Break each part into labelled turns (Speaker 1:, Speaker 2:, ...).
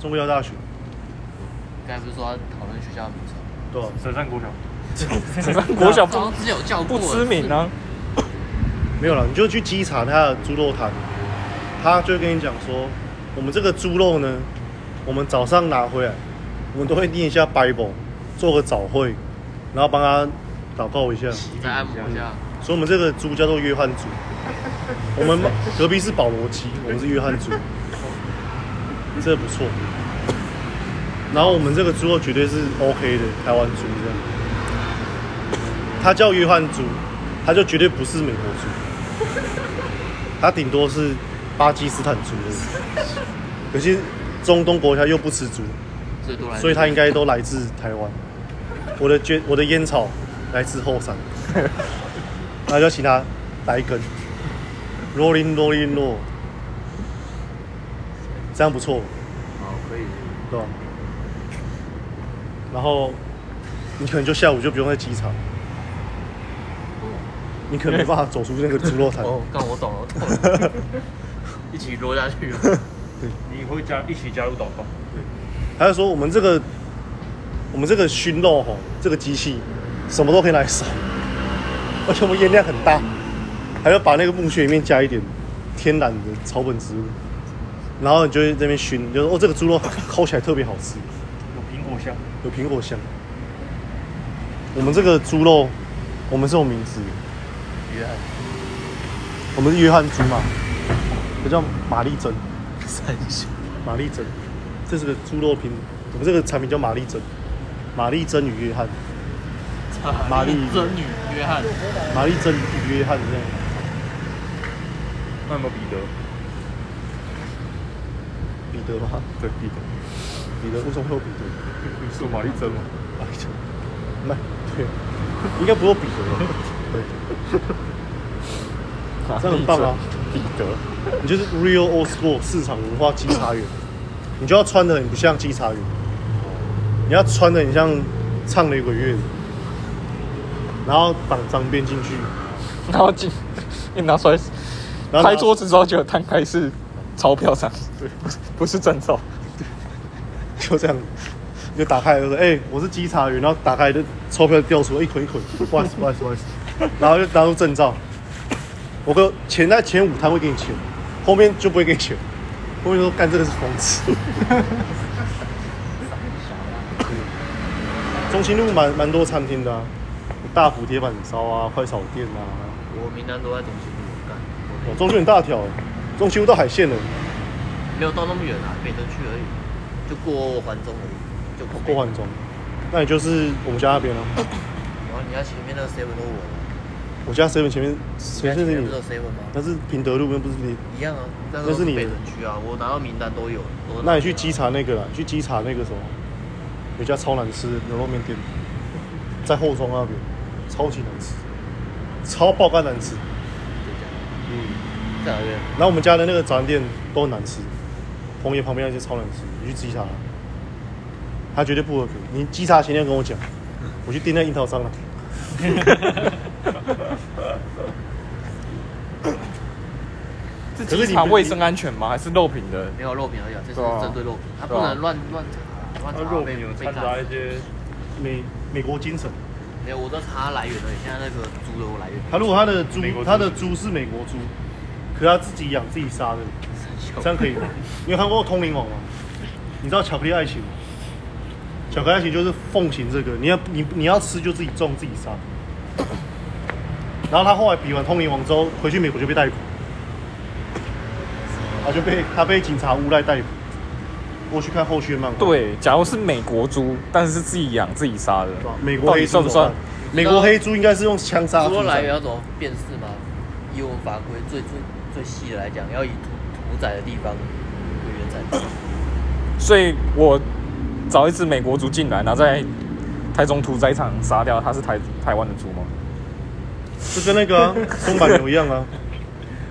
Speaker 1: 中国医药大学，
Speaker 2: 刚才不是说要讨论学校的名称？
Speaker 1: 对吧？
Speaker 3: 神山国 小，
Speaker 4: 整
Speaker 1: 啊
Speaker 4: 个国
Speaker 1: 哦
Speaker 4: 小
Speaker 2: 好
Speaker 4: 不
Speaker 2: 像之前有叫
Speaker 4: 不
Speaker 2: 过，
Speaker 4: 知名啊，
Speaker 1: 没有了，你就去稽查他的猪肉摊，他就会跟你讲说，我们这个猪肉呢，我们早上拿回来，我们都会念一下 Bible，做个早会，然后帮他祷告一下。
Speaker 2: 是再按摩一下。
Speaker 1: 所以我们这个猪叫做约翰猪，我们隔壁是保罗鸡，我们是约翰猪，这不错。然后我们这个猪肉绝对是 OK 的，台湾猪这样。它叫约翰猪，它就绝对不是美国猪，它顶多是巴基斯坦猪而已。可是中东国家又不吃猪，
Speaker 2: 最多来，
Speaker 1: 所以它应该都来自台湾。我的卷，我的烟草来自后山，那就请他来一根，rolling rolling roll，这样不错，
Speaker 2: 好哦可以。
Speaker 1: 对吧？然后你可能就下午就不用在机场，你可能没办法走出那个猪肉摊。
Speaker 2: 哦，刚我懂了，我懂了， 一起落下去了。
Speaker 3: 你会加一起加入祷告，
Speaker 1: 还有说我们这个我们这个熏肉吼，这个机器什么都可以来烧，而且我们烟量很大，还要把那个木屑里面加一点天然的草本植物，然后你就会在那边熏，你就说哦这个猪肉烤起来特别好吃，
Speaker 3: 有苹果香，
Speaker 1: 有苹果香。我们这个猪肉，我们是有名字的，
Speaker 2: 约翰
Speaker 1: 我们是约翰猪嘛，我叫玛丽 珍，
Speaker 2: 三小，
Speaker 1: 玛丽珍，这是个猪肉品，我们这个产品叫玛丽珍，玛丽珍与约翰。 玛丽
Speaker 2: 真女约翰，
Speaker 1: 玛丽珍与约翰这样，
Speaker 3: 那有没有彼得？
Speaker 1: 彼得吗？
Speaker 3: 对，彼得，
Speaker 1: 彼得为什么会有彼得？
Speaker 3: 是有玛丽珍吗？
Speaker 1: 玛丽珍，那哎对，应该不会有彼得吧。对，这样很棒啊！
Speaker 4: 彼得，
Speaker 1: 你就是 real old school 市场文化稽查员，你就要穿的很不像稽查员，你要穿的很像唱雷鬼乐的，然后绑脏辫进去，
Speaker 4: 然后进一拿出来，
Speaker 1: 然后拿
Speaker 4: 拍桌子之后就有摊开是钞票上，对，不是不是证照，
Speaker 1: 就这样，你就打开就说：“哎、我是稽查员。”然后打开就钞票掉出来一捆一捆，不好意思，不好意思，不好意思。然后就拿出证照，我跟钱在前五摊会给你钱，后面就不会给你钱。后面就说干这个是疯子。中心路蛮蛮多餐厅的、啊，大埔铁板烧啊，快炒店啊，
Speaker 2: 我名单都在东西路干，我
Speaker 1: 哦中心很大条，中心路到海线了，
Speaker 2: 没有到那么远啊，北城区而已，就过环中而已，就
Speaker 1: 过环中，那也就是我们家那边了、啊。
Speaker 2: 然后你看前面那个 seven 都是我的，
Speaker 1: 我家 seven 前面，
Speaker 2: 你
Speaker 1: 谁
Speaker 2: 家
Speaker 1: 是
Speaker 2: 前
Speaker 1: 你
Speaker 2: 面不是有 seven 吗？
Speaker 1: 那是平德路，那不是你。
Speaker 2: 一样啊，但
Speaker 1: 那是
Speaker 2: 是
Speaker 1: 你的
Speaker 2: 北城区啊，我拿到名单都有。都是
Speaker 1: 那你去
Speaker 2: 北
Speaker 1: 稽
Speaker 2: 城区啊
Speaker 1: 查那个啦，去稽查那个什么，有家超难吃的牛肉面店，在后庄那边，超级难吃，超爆肝难吃。嗯，
Speaker 2: 这两个月
Speaker 1: 然后我们家的那个早餐店都很难吃，红爷旁边那些超难吃，你去稽查，他绝对不合格。你稽查前要跟我讲，我去订那樱桃蟑螂。
Speaker 4: 是
Speaker 1: 可是你
Speaker 4: 稽查
Speaker 1: 不
Speaker 4: 卫生安全吗？还是肉品的？
Speaker 2: 没有肉品而已啊，这是
Speaker 4: 对啊
Speaker 2: 针对肉品，它不
Speaker 4: 对啊
Speaker 2: 能乱乱查，乱
Speaker 3: 那
Speaker 2: 查
Speaker 3: 啊肉
Speaker 2: 被
Speaker 3: 饼有
Speaker 2: 被
Speaker 3: 掺杂
Speaker 2: 干
Speaker 3: 一。些，
Speaker 1: 美美国精神，
Speaker 2: 没有，我都查它来源而已，现在那个猪的我来源
Speaker 1: 他如果他的猪
Speaker 3: 美国，猪
Speaker 1: 他的猪是美国猪，可他自己养自己杀的。这样可以吗？你有看过《通灵王》吗？你知道巧克力爱情吗？巧克力爱情就是奉行这个，你要你你要吃就自己种自己杀。然后他后来比完《通灵王》之后，回去美国就被逮捕，他就被他被警察诬赖逮捕。我去看后续的漫画，
Speaker 4: 对，假如是美国猪，但是是自己养自己杀的
Speaker 1: 对吧，美国
Speaker 4: 到
Speaker 1: 黑
Speaker 4: 底
Speaker 1: 猪
Speaker 4: 算不
Speaker 1: 怎么
Speaker 4: 算
Speaker 1: 办？？美国黑猪应该是用枪杀
Speaker 2: 猪
Speaker 1: 猪
Speaker 2: 的来
Speaker 1: 宰
Speaker 2: 源要怎么辨识吗？以我们法规最最最细的来讲，要以屠屠宰的地方为原宰 地，
Speaker 4: 所以我找一只美国猪进来，然后在台中屠宰场杀掉，它是台台湾的猪吗？
Speaker 1: 就跟那个啊松板牛一样啊。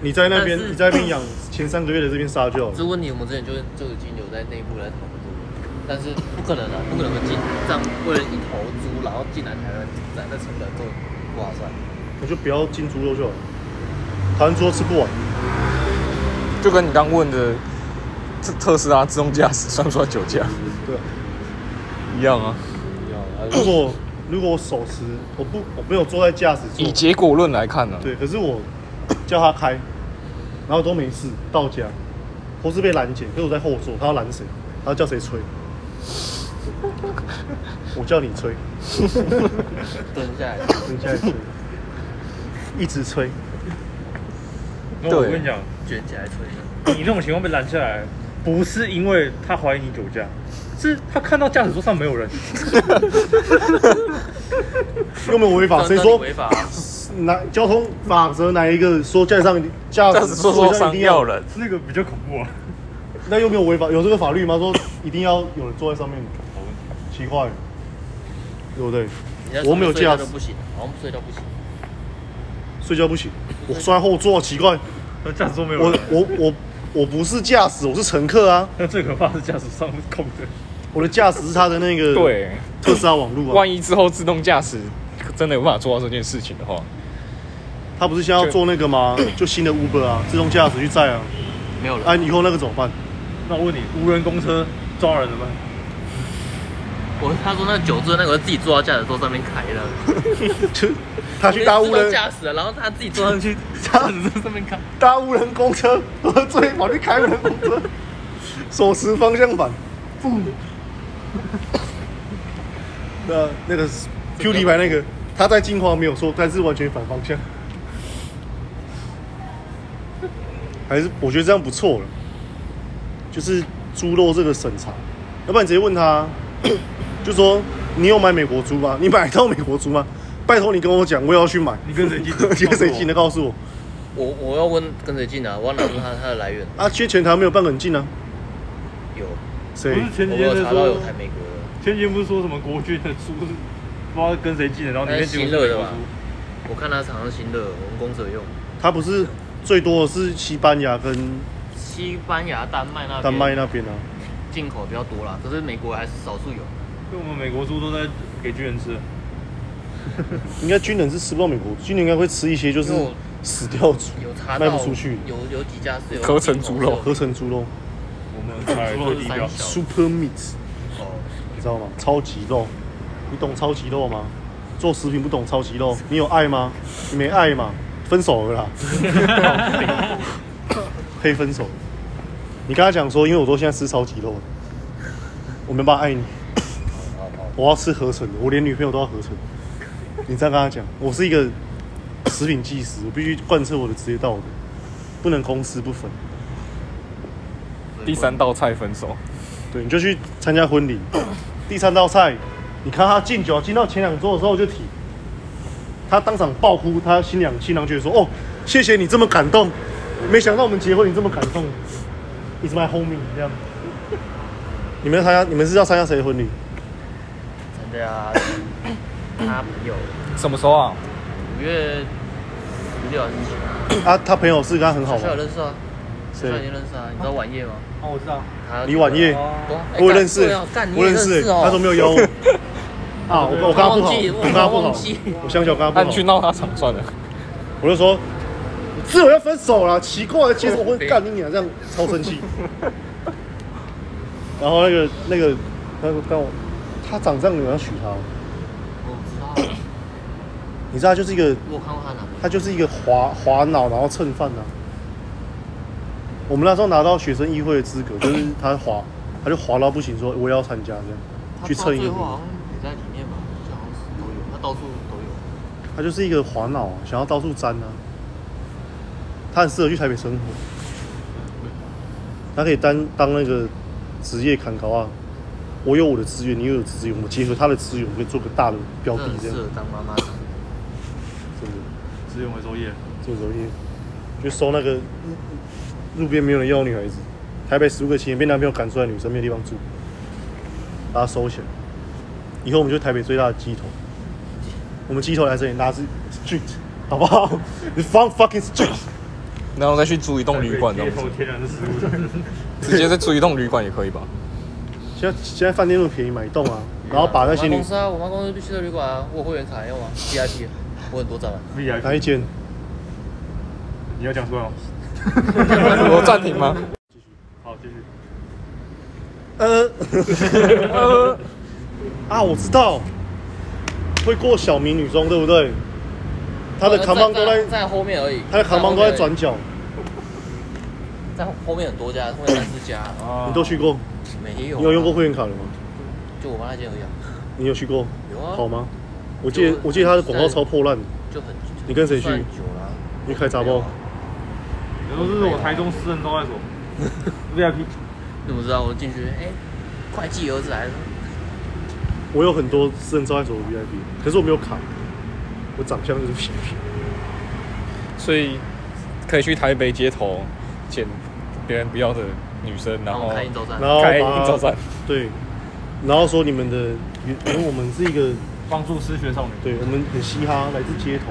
Speaker 1: 你在那边
Speaker 2: 但是
Speaker 1: 你在那边养前三个月的这边杀就好了
Speaker 2: 这。问题我们之前就就已经有在内部来讨论过，但是不可能啊，不可能会进这样为了一头猪，然后进来台湾屠宰，那成本够哇塞，
Speaker 1: 我就不要进猪肉就好了，台湾猪肉吃不完，
Speaker 4: 就跟你刚问的，特特斯拉自动驾驶算不算酒驾？
Speaker 1: 对啊。
Speaker 4: 一样啊。
Speaker 1: 如果如果我手持，我不我没有坐在驾驶座
Speaker 4: 以，结果论来看呢、
Speaker 1: 对，可是我叫他开，然后都没事，到家，或是被拦截，可是我在后座，他要拦谁？他要叫谁吹？我叫你吹，
Speaker 2: 蹲下来，
Speaker 1: 你现在吹，一直吹，
Speaker 3: 那我
Speaker 4: 对
Speaker 3: 跟你讲，
Speaker 2: 卷起来吹的，
Speaker 3: 你那种情况被拦下来，不是因为他怀疑你酒 驾，是他看到驾驶座上没有人，
Speaker 1: 又没有违法，谁说
Speaker 2: 违法？啊
Speaker 1: 哪交通法则哪一个说驾驶上驾
Speaker 4: 驾驶座受
Speaker 1: 上一
Speaker 4: 伤
Speaker 1: 定要
Speaker 4: 要？人，
Speaker 3: 那个比较恐怖啊。
Speaker 1: 那又没有违法，有这个法律吗？说一定要有人坐在上面，奇怪，对不对？我没有
Speaker 2: 睡
Speaker 1: 驾
Speaker 2: 觉都
Speaker 1: 驶，
Speaker 2: 不行，啊我们睡觉不行。
Speaker 1: 睡觉不行，我摔后座，奇怪，
Speaker 3: 那驾驶座没有
Speaker 1: 我
Speaker 3: 人，
Speaker 1: 我我我不是驾驶，我是乘客啊，
Speaker 3: 那最可怕的是驾驶上是空的。
Speaker 1: 我的驾驶是他的那个
Speaker 4: 对，
Speaker 1: 特斯拉网路啊，
Speaker 4: 万一之后自动驾驶真的有办法做到这件事情的话，
Speaker 1: 他不是现在要做那个吗？就新的 Uber 啊，自动驾驶去载啊，
Speaker 2: 没有了，
Speaker 1: 啊，以后那个怎么办？
Speaker 3: 那我问你，无人公车抓人了吗？
Speaker 2: 我他说那酒醉那个自己坐到驾驶座上面开了，
Speaker 1: 就他去搭无
Speaker 2: 自动
Speaker 1: 人
Speaker 2: 驾驶了，然后他自己坐上去 驾
Speaker 1: 他
Speaker 2: 驶座上面开，
Speaker 1: 搭无人公车，喝醉跑去开无人公车，手持方向盘，不，那那个 Q 底牌那个，他在进化没有错，但是完全反方向，还是我觉得这样不错了，就是猪肉这个审查，要不然你直接问他， 就说你有买美国猪吗？你买到美国猪吗？拜托你跟我讲，我也要去买。
Speaker 3: 你跟谁 进的？
Speaker 1: 你跟谁进的？告诉我。
Speaker 2: 我我要问跟谁进啊？我要拿出他他的来源，
Speaker 1: 啊，缺全台湾没有半个人进啊？
Speaker 2: 有，
Speaker 1: 谁
Speaker 3: 不？是前
Speaker 2: 我
Speaker 3: 几天
Speaker 2: 有
Speaker 3: 在
Speaker 2: 查到
Speaker 3: 说
Speaker 2: 有，台美国的，
Speaker 3: 前几天不是说什么国军的书是不知道跟谁进的，然后里面
Speaker 2: 那是
Speaker 3: 结
Speaker 2: 新乐
Speaker 3: 果是
Speaker 2: 的
Speaker 3: 美国
Speaker 2: 吧
Speaker 3: 书
Speaker 2: 我看他常常新的，我们公司有用，
Speaker 1: 他不是最多的是西班牙跟
Speaker 2: 西班牙、丹麦那边
Speaker 1: 丹麦那边啊？
Speaker 2: 进口比较多啦，可是美国还是少数有，
Speaker 3: 因为我们美国猪都在给军人吃，
Speaker 1: 应该军人是吃不到美国，军人应该会吃一些就是
Speaker 2: 因为我
Speaker 1: 死掉猪、
Speaker 2: 有查到
Speaker 1: 卖不出去哦
Speaker 2: 有有几家是有
Speaker 4: 合成猪肉
Speaker 2: 进口
Speaker 1: 合成猪肉
Speaker 3: 我们 猪肉低调
Speaker 2: 三。小
Speaker 1: （Super Meat），
Speaker 2: 哦，
Speaker 1: 你知道吗？超级肉，你懂超级肉吗？做食品不懂超级肉，你有爱吗？你没爱嘛？分手了啦， 可以分手。你跟他讲说，因为我都现在吃超级肉了，我没办法爱你。
Speaker 2: 好好，
Speaker 1: 我要吃合成的，我连女朋友都要合成。你再跟他讲，我是一个食品技师，我必须贯彻我的职业道德，不能公私不分。
Speaker 4: 第三道菜分手，
Speaker 1: 对，你就去参加婚礼。第三道菜，你看他敬酒啊敬到前两桌的时候就提，他当场爆哭，他新娘新郎觉得说：“哦，谢谢你这么感动，没想到我们结婚你这么感动，is my homie 这样。”你们要参加，你们是要参加谁的婚礼？
Speaker 2: 参加他朋友
Speaker 4: 什么时候啊？
Speaker 2: 五月十六还是几啊？
Speaker 1: 啊，他朋友是跟他很好
Speaker 2: 小小有
Speaker 1: 吗？
Speaker 2: 认识啊，小小已经认识啊，你知道晚夜吗？
Speaker 3: 哦，我知道。
Speaker 2: 他
Speaker 1: 你晚
Speaker 3: 哦
Speaker 1: 夜。
Speaker 2: 对啊，哎
Speaker 1: 我有认识
Speaker 2: 干对啊，干，你
Speaker 1: 我
Speaker 2: 也
Speaker 1: 认
Speaker 2: 识
Speaker 1: 识，
Speaker 2: 哦，
Speaker 1: 他说没有 邀我。啊，我我跟他不好，
Speaker 2: 忘记
Speaker 1: 我跟他不好
Speaker 2: 忘记，
Speaker 1: 我相信我跟他不
Speaker 4: 那你
Speaker 1: 好
Speaker 4: 去。闹他场算了。
Speaker 1: 我就说，这我要分手了，奇怪，结什么婚
Speaker 2: 对
Speaker 1: 干你啊娘，这样超生气。然后那个那个那个刚我，他长这样，你要娶她？哦
Speaker 2: 我不知道啊，
Speaker 1: 你知道，他就是一个
Speaker 2: 我有看过他哪
Speaker 1: 他就是一个滑滑脑，然后蹭饭呐、我们那时候拿到学生议会的资格，就是他滑，他就滑到不行，说我也要参加这样，
Speaker 2: 他
Speaker 1: 去蹭一
Speaker 2: 最
Speaker 1: 个
Speaker 2: 后。好像也在里面吧，就好像是都有，他到处都有。
Speaker 1: 他就是一个滑脑、啊，想要到处沾啊。他很适合去台北生活，他可以当当那个职业砍高啊。我有我的资源，你有你的资源，我结合他的资源，我可以做个大的标的
Speaker 2: 真的很
Speaker 1: 这
Speaker 2: 适
Speaker 1: 样。
Speaker 2: 合当妈妈的，
Speaker 1: 真的，
Speaker 3: 资源回收业，
Speaker 1: 做手艺，就收那个路边没有人要的女孩子，台北十五个青年被男朋友赶出来，女生没有地方住，把她收起来。以后我们就是台北最大的鸡头，我们鸡头来这里，大家是 street，好不好？ 你放 fucking street。
Speaker 4: 然后再去租一栋旅馆这样
Speaker 3: 街
Speaker 4: 子
Speaker 3: 头，天然的食物，
Speaker 4: 直接再租一栋旅馆也可以吧？
Speaker 1: 现在现在饭店那么便宜，买一栋啊，然后把那些
Speaker 2: 我妈
Speaker 1: 女
Speaker 2: 公司啊，我妈公司必须的旅馆啊，我有会员卡要吗？VIP，我很多张啊，
Speaker 3: v i
Speaker 1: 哪一间？
Speaker 3: 你要讲出来哦。
Speaker 4: 我暂停吗？
Speaker 3: 好，继续。
Speaker 1: 呃，
Speaker 4: 呃，
Speaker 1: 啊，我知道，会过小明女中对不对？他的扛棒都在，
Speaker 2: 在后面而已，
Speaker 1: 他的扛棒都在转角，
Speaker 2: 在后面很多家，后面三四家，
Speaker 4: 啊
Speaker 1: 你都去过？
Speaker 2: 哦没有。啊
Speaker 1: 你有用过？会员卡的吗？
Speaker 2: 就我妈那间而已啊，
Speaker 1: 你有去过？
Speaker 2: 有啊哎
Speaker 1: 好吗？我记得
Speaker 2: 就
Speaker 1: 我记得他的广告超破烂的，
Speaker 2: 就很。
Speaker 1: 你跟谁去
Speaker 2: 算久了啊，
Speaker 1: 你开杂
Speaker 2: 没有
Speaker 1: 包
Speaker 2: 啊，
Speaker 3: 然后这是我台中私人招 待所 VIP，
Speaker 2: 怎么知道我进去？哎，会计儿子来了，
Speaker 1: 我有很多私人招待所的 VIP，可是我没有卡，我长相就是
Speaker 2: 啊
Speaker 1: VIP，
Speaker 4: 所以可以去台北街头捡别人不要的女生，然
Speaker 2: 然后
Speaker 4: 后
Speaker 2: 开一周站
Speaker 1: 然，后
Speaker 4: 哦开
Speaker 1: 把
Speaker 4: 应招站，
Speaker 1: 对，然后说你们的，因为我们是一个
Speaker 3: 帮助失学少女。
Speaker 1: 对，我们很嘻哈，来自街头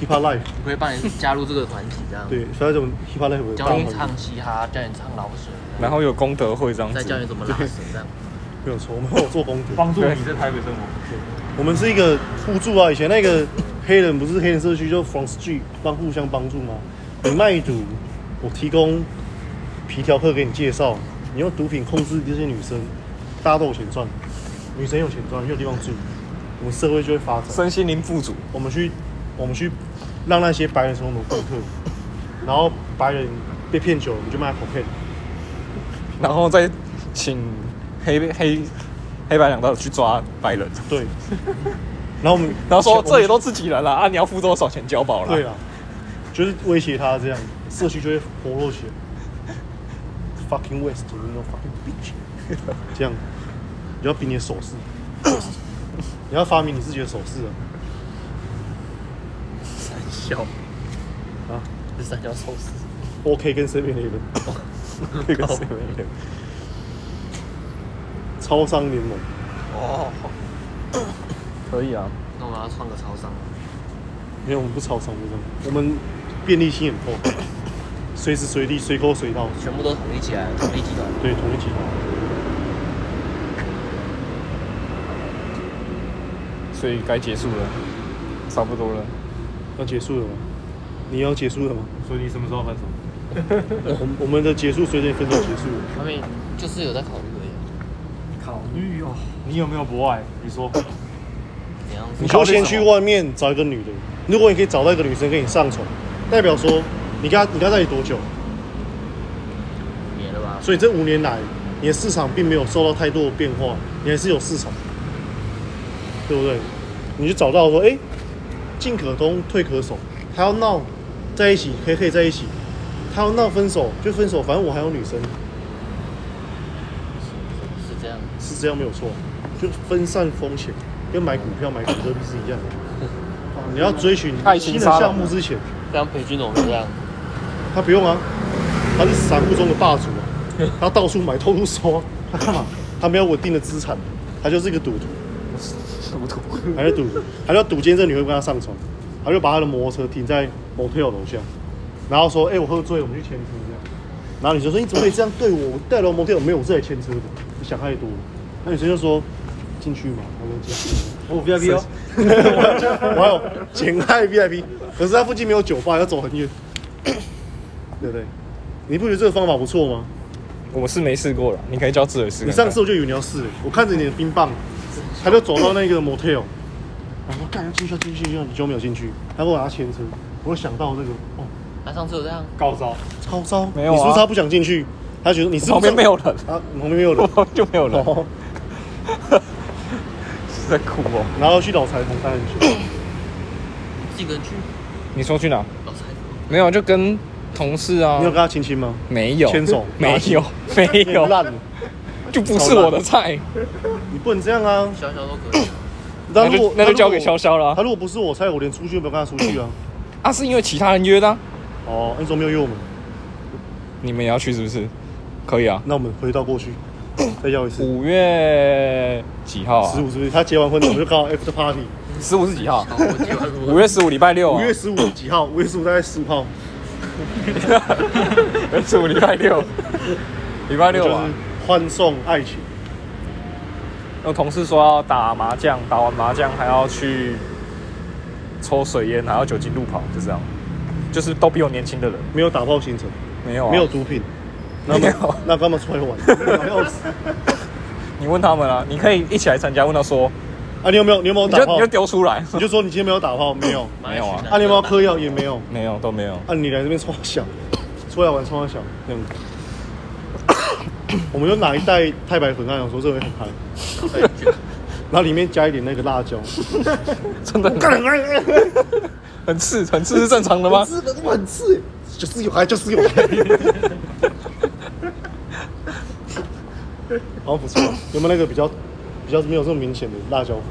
Speaker 1: ，hip hop life，
Speaker 2: 我可以帮你加入这个团体，这样，
Speaker 1: 对，所以这种 hip hop life 的大
Speaker 2: 教你
Speaker 1: 环
Speaker 2: 唱嘻哈，教你唱老舍，
Speaker 4: 然后有功德会这样
Speaker 2: 再教你
Speaker 4: 子，
Speaker 2: 怎么拉舌，这样。
Speaker 1: 没有错，我们有做功德，
Speaker 3: 帮助你在台北生活，
Speaker 1: 我们是一个互助啊，以前那个黑人不是黑人社区就 from street 帮互相帮助吗？你卖毒，我提供皮条客给你介绍，你用毒品控制这些女生，大家都有钱赚，女生有钱赚，又有地方住，我们社会就会发展。
Speaker 4: 身心灵富足，
Speaker 1: 我们去，我们去让那些白人成为我们顾客，然后白人被骗久了，我们就卖 cocaine，
Speaker 4: 然后再请黑黑黑白两道去抓白人，
Speaker 1: 对。 然后我们，
Speaker 4: 然后说
Speaker 1: 我们
Speaker 4: 这也都自己人啦，啊，你要付多少钱交保啦？
Speaker 1: 对啊，就是威胁他这样，社区就会活络起来。Fucking West, you know, fucking bitch，这 样，你要比你的手 势，你要发明你自己的手势啊！
Speaker 2: 三笑
Speaker 1: 啊，
Speaker 2: 是三笑寿司。
Speaker 1: OK 跟 Seven Eleven，
Speaker 4: 这个是有点
Speaker 1: 超商联盟，
Speaker 2: 哦，
Speaker 4: 可以啊，
Speaker 2: 那我们要创个超商，
Speaker 1: 没有我们不超商，不商，我们便利性很 够，随时随地随口随到，
Speaker 2: 全部都统一起来，统一集团。
Speaker 1: 对，同一集团。
Speaker 4: 所以该结束了，差不多了。
Speaker 1: 要结束了吗？你要结束了吗？
Speaker 3: 所以你什么时候分手？
Speaker 1: 我我们的结束随着一分钟结束了。
Speaker 2: 他们就是有在考虑而已，
Speaker 3: 考虑哦。你有没有博爱？你说，
Speaker 2: 怎样？
Speaker 1: 你就先去外面找一个女的，如果你可以找到一个女生跟你上床，代表说你跟她你跟她在一起多久？
Speaker 2: 免了吧？
Speaker 1: 所以这五年来，你的市场并没有受到太多的变化，你还是有市场，对不对？你就找到说，哎、进可攻，退可守。他要闹在一起，可以可以在一起；他要闹分手就分手，反正我还有女生，
Speaker 2: 是这样，
Speaker 1: 是这样没有错。就分散风险，跟买股票、买比特币是一样的。你要追寻
Speaker 4: 爱情
Speaker 1: 新的
Speaker 4: 杀人
Speaker 1: 项目之前，
Speaker 2: 像裴俊龙这样，
Speaker 1: 他不用啊，他是散户中的霸主
Speaker 4: 嗯
Speaker 1: 啊，他到处买，到处收啊，他干嘛？ 他没有稳定的资产，他就是一个赌徒，
Speaker 4: 什么图？
Speaker 1: 还是赌徒，还要赌今天这女会不会跟他上床，他就把他的摩托车停在 motel 楼下，然后说：“哎、我喝醉，我们去牵车这样。”然后女生说：“你怎么可以这样对我？我带了 motel 没有，我是来牵车的，你想太多了。”那女生就说：“进去嘛。”他说：“进去。”
Speaker 3: 我 VIP 哦。
Speaker 1: 我还有简爱 VIP，可是它附近没有酒吧，要走很远，对不对？你不觉得这个方法不错吗？
Speaker 4: 我是没试过了，你可以教志伟试看看。
Speaker 1: 你上次我就以为你要试了，我看着你的冰棒，他就走到那个 motel，然后干要进去要进去要进去，你就没有进去，他给我拿牵车，我就想到这个哦，
Speaker 2: 他啊上次有这样，
Speaker 3: 高招，
Speaker 1: 超糟，
Speaker 4: 没有啊
Speaker 1: 你是不是他不想进去？他觉得你是不是
Speaker 4: 旁边没有人
Speaker 1: 啊，旁边没有 人，
Speaker 4: 我就没有人，
Speaker 1: 哦，
Speaker 4: 是在哭哦。
Speaker 1: 然后去老裁缝待很久，
Speaker 2: 自己一个人去
Speaker 4: 你说去哪？
Speaker 2: 老师
Speaker 4: 没有，就跟同事啊
Speaker 1: 你有。跟他亲亲吗？
Speaker 4: 没有
Speaker 1: 牵手
Speaker 4: 没 有，没
Speaker 1: 你
Speaker 4: 有
Speaker 1: 很，烂了，
Speaker 4: 就不是我的菜。
Speaker 1: 你不能这样啊！
Speaker 2: 小小都 可以啊，
Speaker 4: 那就
Speaker 1: 如果
Speaker 4: 那就交给
Speaker 1: 他如果
Speaker 4: 潇潇了
Speaker 1: 他
Speaker 4: 啊
Speaker 1: 如果不是我猜，我连出去都没有跟他出去啊。
Speaker 4: 啊！是因为其他人约的啊，
Speaker 1: 哦，那你怎么没有约我们？
Speaker 4: 你们也要去是不是？可以啊。
Speaker 1: 那我们回到过去，再要一次。
Speaker 4: 五月几号啊
Speaker 1: 十？五是不是？他结完婚我们就刚好 after party。
Speaker 4: 十五是几号？
Speaker 2: 好，我接完如
Speaker 4: 五月十五礼拜六啊。
Speaker 1: 五月十五几号？五月十五大概十五号。
Speaker 4: 五月十五礼拜六，礼拜六
Speaker 1: 就
Speaker 4: 啊
Speaker 1: 是。欢送爱情。
Speaker 4: 有同事说要打麻将，打完麻将还要去抽水烟，还要酒精路跑，就这样。就是都比我年轻的人，
Speaker 1: 没有打炮行程，
Speaker 4: 没有啊，
Speaker 1: 没有毒品，那
Speaker 4: 没
Speaker 1: 干
Speaker 4: 有
Speaker 1: 嘛那干嘛出来玩？ 要死
Speaker 4: 你问他们啊，你可以一起来参加，问他说，
Speaker 1: 啊，你有没有你有没有
Speaker 4: 你
Speaker 1: 打
Speaker 4: 就
Speaker 1: 炮
Speaker 4: 你就？丢出来，
Speaker 1: 你就说你今天没有打炮，没有。
Speaker 4: 没有啊
Speaker 1: 啊，你有没有嗑药？也没有。
Speaker 4: 没有都没有，
Speaker 1: 啊，你来这边冲小，出来玩冲小这样子。 我们就拿一袋太白粉，他想说这个很嗨， 然后里面加一点那个辣椒，
Speaker 4: 真的很很刺，很刺是正 常的吗？
Speaker 1: 是的，我很刺，就是有嗨，就是有嗨，好像不错，啊有没有那个比较比较没有这么明显的辣椒粉、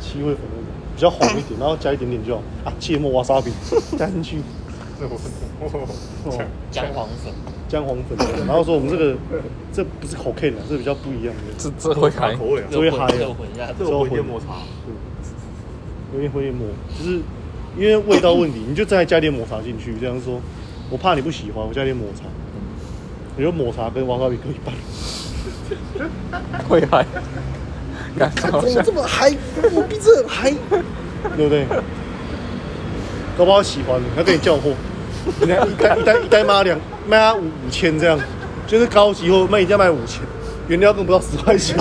Speaker 1: 七味粉那种，比较红 一点，然后加一点点就好啊，芥末瓦沙饼加进去， 哦
Speaker 2: 姜黄粉，
Speaker 1: 姜黄粉，然后说我们这个这不是口 K 的，这比较不一样的。
Speaker 4: 这这会开
Speaker 3: 口，味啊，
Speaker 1: 这会嗨哦
Speaker 2: 肉混一下，
Speaker 3: 这
Speaker 1: 这
Speaker 3: 我
Speaker 1: 我
Speaker 3: 回电摩擦，
Speaker 1: 有点会抹，就是因为味道问题，你就再加点抹茶进去，这样说，我怕你不喜欢，我加点抹茶，你就抹茶跟瓦萨比各一半。
Speaker 4: 会嗨，感 觉好像
Speaker 1: 么嗨？我比这嗨， 对不对？搞不好喜欢，他跟你叫货，人家一袋一袋一袋卖两卖他五五千这样，就是高级货卖人家卖五千，原料更不到十块钱。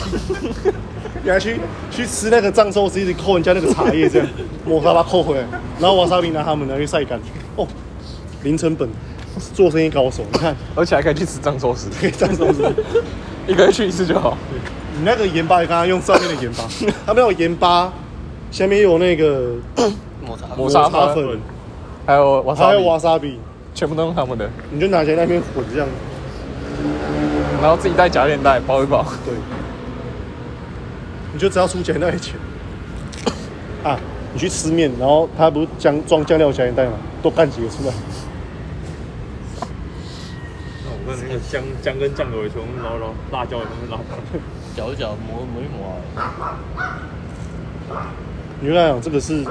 Speaker 1: 你还去去吃那个藏寿司，一直扣人家那个茶叶这样，抹茶把它扣回来，然后瓦萨比拿他们拿去晒干。哦，零成本，做生意高手，你看
Speaker 4: 而且还可以去吃藏寿司，
Speaker 1: 可以藏寿司。
Speaker 4: 一个月去一次就好。
Speaker 1: 你那个盐巴，你刚刚用上面的盐巴，它没有盐巴，下面有那个
Speaker 2: 抹茶
Speaker 4: 抹茶
Speaker 1: 抹
Speaker 4: 粉，还有瓦
Speaker 1: 还有
Speaker 4: 萨，
Speaker 1: 瓦萨比，
Speaker 4: 全部都用他们的，
Speaker 1: 你就拿起来那边混这样，
Speaker 4: 然后自己带假链带包 一包，
Speaker 1: 对，你就只要出钱那一钱 啊，你去吃面，然后他不是酱装酱料加盐袋嘛，多干几个出来，
Speaker 3: 那我跟那个姜姜跟酱油也全部捞捞，辣椒也全部捞捞，
Speaker 2: 搅一搅，磨磨一啊磨，
Speaker 1: 你就跟他讲这个是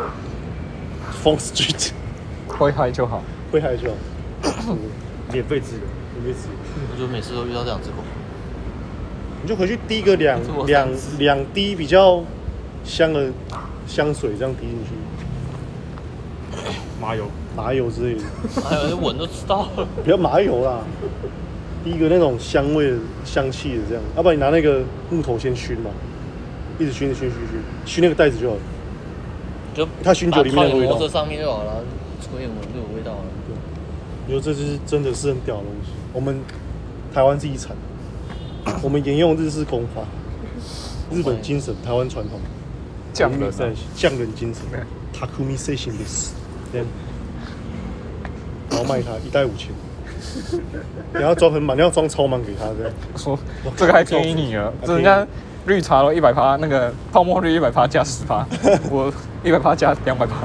Speaker 1: Fong Street
Speaker 4: 会嗨就好。
Speaker 1: 会害羞，
Speaker 3: 免费资源。
Speaker 1: 你没吃，
Speaker 2: 我觉得每次都遇到这样子过。
Speaker 1: 你就回去滴个两
Speaker 2: 这么
Speaker 1: 两
Speaker 2: 三思
Speaker 1: 两滴比较香的香水，这样滴进去，
Speaker 3: 麻油，
Speaker 1: 麻油之类的。
Speaker 2: 还有哎人闻都知道了，
Speaker 1: 不要麻油啦，第一个那种香味的香气的这样，啊要不然你拿那个木头先熏嘛，一直熏熏熏熏熏那个袋子就好了。
Speaker 2: 就
Speaker 1: 它熏酒里面的味道
Speaker 2: 把泡在摩托上面就好了，吹也闻就有味道了。
Speaker 1: 你说这就是真的是很屌的东西，我们台湾自己产，我们沿用日式工法，日本精神，台湾传统，
Speaker 4: 酱的
Speaker 1: 在匠人精神，Takumi s e s i o n 的死，这样，然后卖它一袋五千，你要装很满，你要装超满给他这样。
Speaker 4: 说 这个还便宜 你了，这人家绿茶都一百趴，那个泡沫绿一百趴加十趴，我一百趴加两百趴，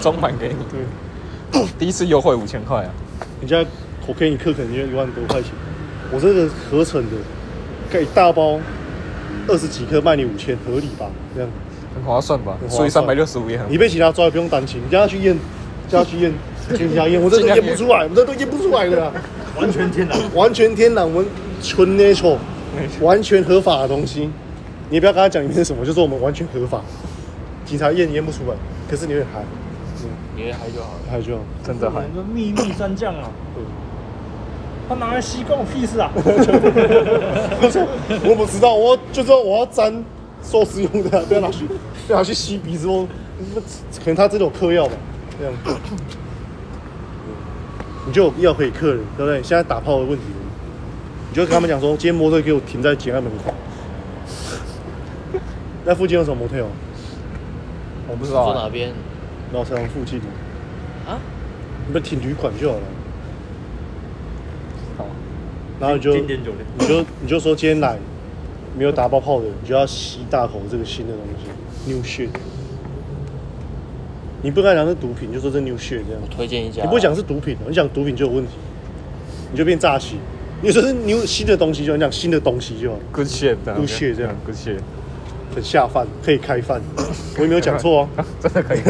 Speaker 4: 装满给你。
Speaker 1: 对。
Speaker 4: 第一次优惠五千块啊，
Speaker 1: 人家口 K 一克可能就一万多块钱，我这个合成的，盖一大包，二十几克卖你五千，合理吧？这样，
Speaker 4: 很划算吧？
Speaker 1: 很划
Speaker 4: 所以
Speaker 1: 算
Speaker 4: 三百六十五也很
Speaker 1: 你被警察抓也不用担心，你叫他去验，叫他去验，去人家验，我这都验不出来，我这都验不出来的啦，
Speaker 3: 完全天然。
Speaker 1: 完全天然，我们纯 natural，完全合法的东西，你也不要跟他讲里面是什么，就说我们完全合法，警察验也验不出来，可是你会嗨，
Speaker 2: 你还就好了，
Speaker 1: 嗨就好，
Speaker 4: 真的还
Speaker 3: 我们秘密蘸酱啊，
Speaker 1: 对。
Speaker 3: 他拿来吸关我屁事啊！
Speaker 1: 我不知道，我就知道我要沾寿司用的，不要拿去不要拿去吸鼻子哦。可能他真的有嗑药吧，这样。你就有药可以嗑了，对不对？现在打炮的问题，你就跟他们讲说，今天摩托车给我停在捷安门口。那附近有什么 motel？
Speaker 4: 我不知道
Speaker 2: 坐
Speaker 4: 啊
Speaker 2: 哪，边
Speaker 1: 老城附近，
Speaker 2: 啊？
Speaker 1: 你们停旅馆就好了。
Speaker 4: 好
Speaker 1: 然后你就
Speaker 3: 经典酒店
Speaker 1: 你就你就说今天来没有打爆泡的，你就要吸大口这个新的东西，new shit。你不敢讲是毒品，你就说这 new shit 这样
Speaker 2: 我。
Speaker 3: 啊
Speaker 2: 推荐一家，
Speaker 1: 你不讲是毒品的，哦你讲毒品就有问题，你就变诈欺。你说是 new 新的东西就好，你讲新的东西就好，
Speaker 4: ，good shit，good
Speaker 1: Good shit，这样
Speaker 4: good shit，
Speaker 1: 很下饭，可以开饭。我也没有讲 错哦，
Speaker 4: 真的可以。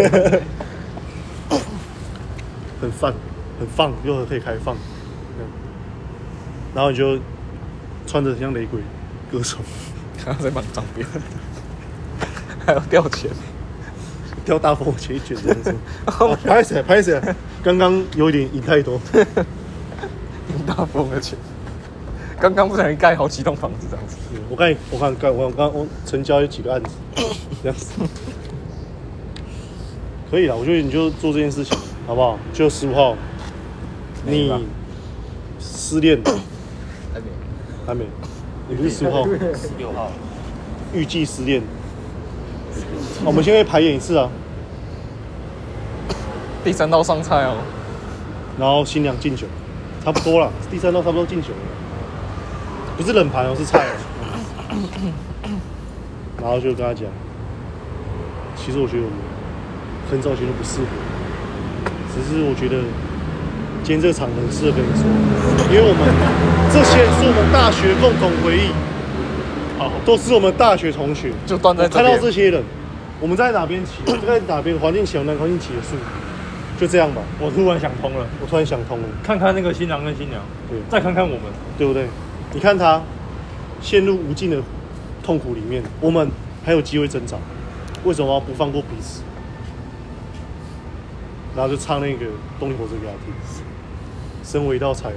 Speaker 1: 很放，很放，又很可以开放。这样然后你就穿着像雷鬼歌手，
Speaker 4: 然后再帮你脏辫， 还要掉钱，
Speaker 1: 掉大风卷一卷这 样子。啊拍谁？拍谁？刚刚有一点赢太多，
Speaker 4: 大风的钱，刚刚不小心盖好几栋房子这样子。
Speaker 1: 我看我看看我刚我成交有几个案子，这样子可以了。我觉得你就做这件事情，好不好？就十五号，
Speaker 4: 没
Speaker 1: 你
Speaker 4: 吧
Speaker 1: 失恋
Speaker 2: 还没
Speaker 1: 还没？你不是十五号，
Speaker 2: 十六号，
Speaker 1: 预计失恋。哦我们先可以排演一次啊，
Speaker 4: 第三道上菜哦，
Speaker 1: 然后新娘敬酒，差不 多了，第三道差不多敬酒了，不是冷盘哦，是菜哦。 然后就跟他讲，其实我觉得我们很早以前就不适合，只是我觉得今天这个场合很适合跟你说，因为我们这些人是我们大学共同回忆，
Speaker 3: 好，
Speaker 1: 都是我们大学同学。
Speaker 4: 就断在
Speaker 1: 我
Speaker 4: 这
Speaker 1: 看到
Speaker 4: 边。
Speaker 1: 这些人，我们在哪边起，在哪边环境起，我们环境结束，就这样吧。
Speaker 3: 我突然想通了，
Speaker 1: 我突然想通了，
Speaker 3: 看看那个新郎跟新娘，
Speaker 1: 对。
Speaker 3: 再看看我们，
Speaker 1: 对不对？你看他陷入无尽的痛苦里面，我们还有机会挣扎，为什么不放过彼此？然后就唱那个《动力火车》给他听，身为一道彩虹，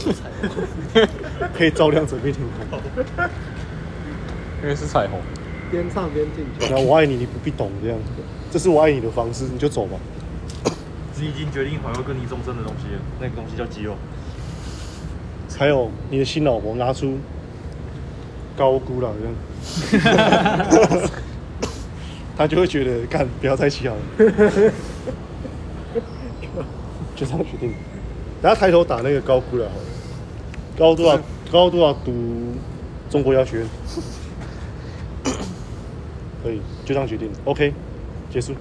Speaker 1: 这
Speaker 2: 我怎么猜？
Speaker 1: 样可以照亮整片天空。
Speaker 4: 因为是彩虹，
Speaker 5: 边唱边敬酒。
Speaker 1: 然后我爱你，你不必懂，这样，这是我爱你的方式，你就走吧。
Speaker 3: 是已经决定好要跟你终身的东西了，那个东西叫肌肉。
Speaker 1: 还有你的新老婆拿出高估了，这样，他就会觉得干不要在一起好了，就这样决定。然后抬头打那个高估了好了，高多少高多少读中国药学院，可以就这样决定。OK，结束。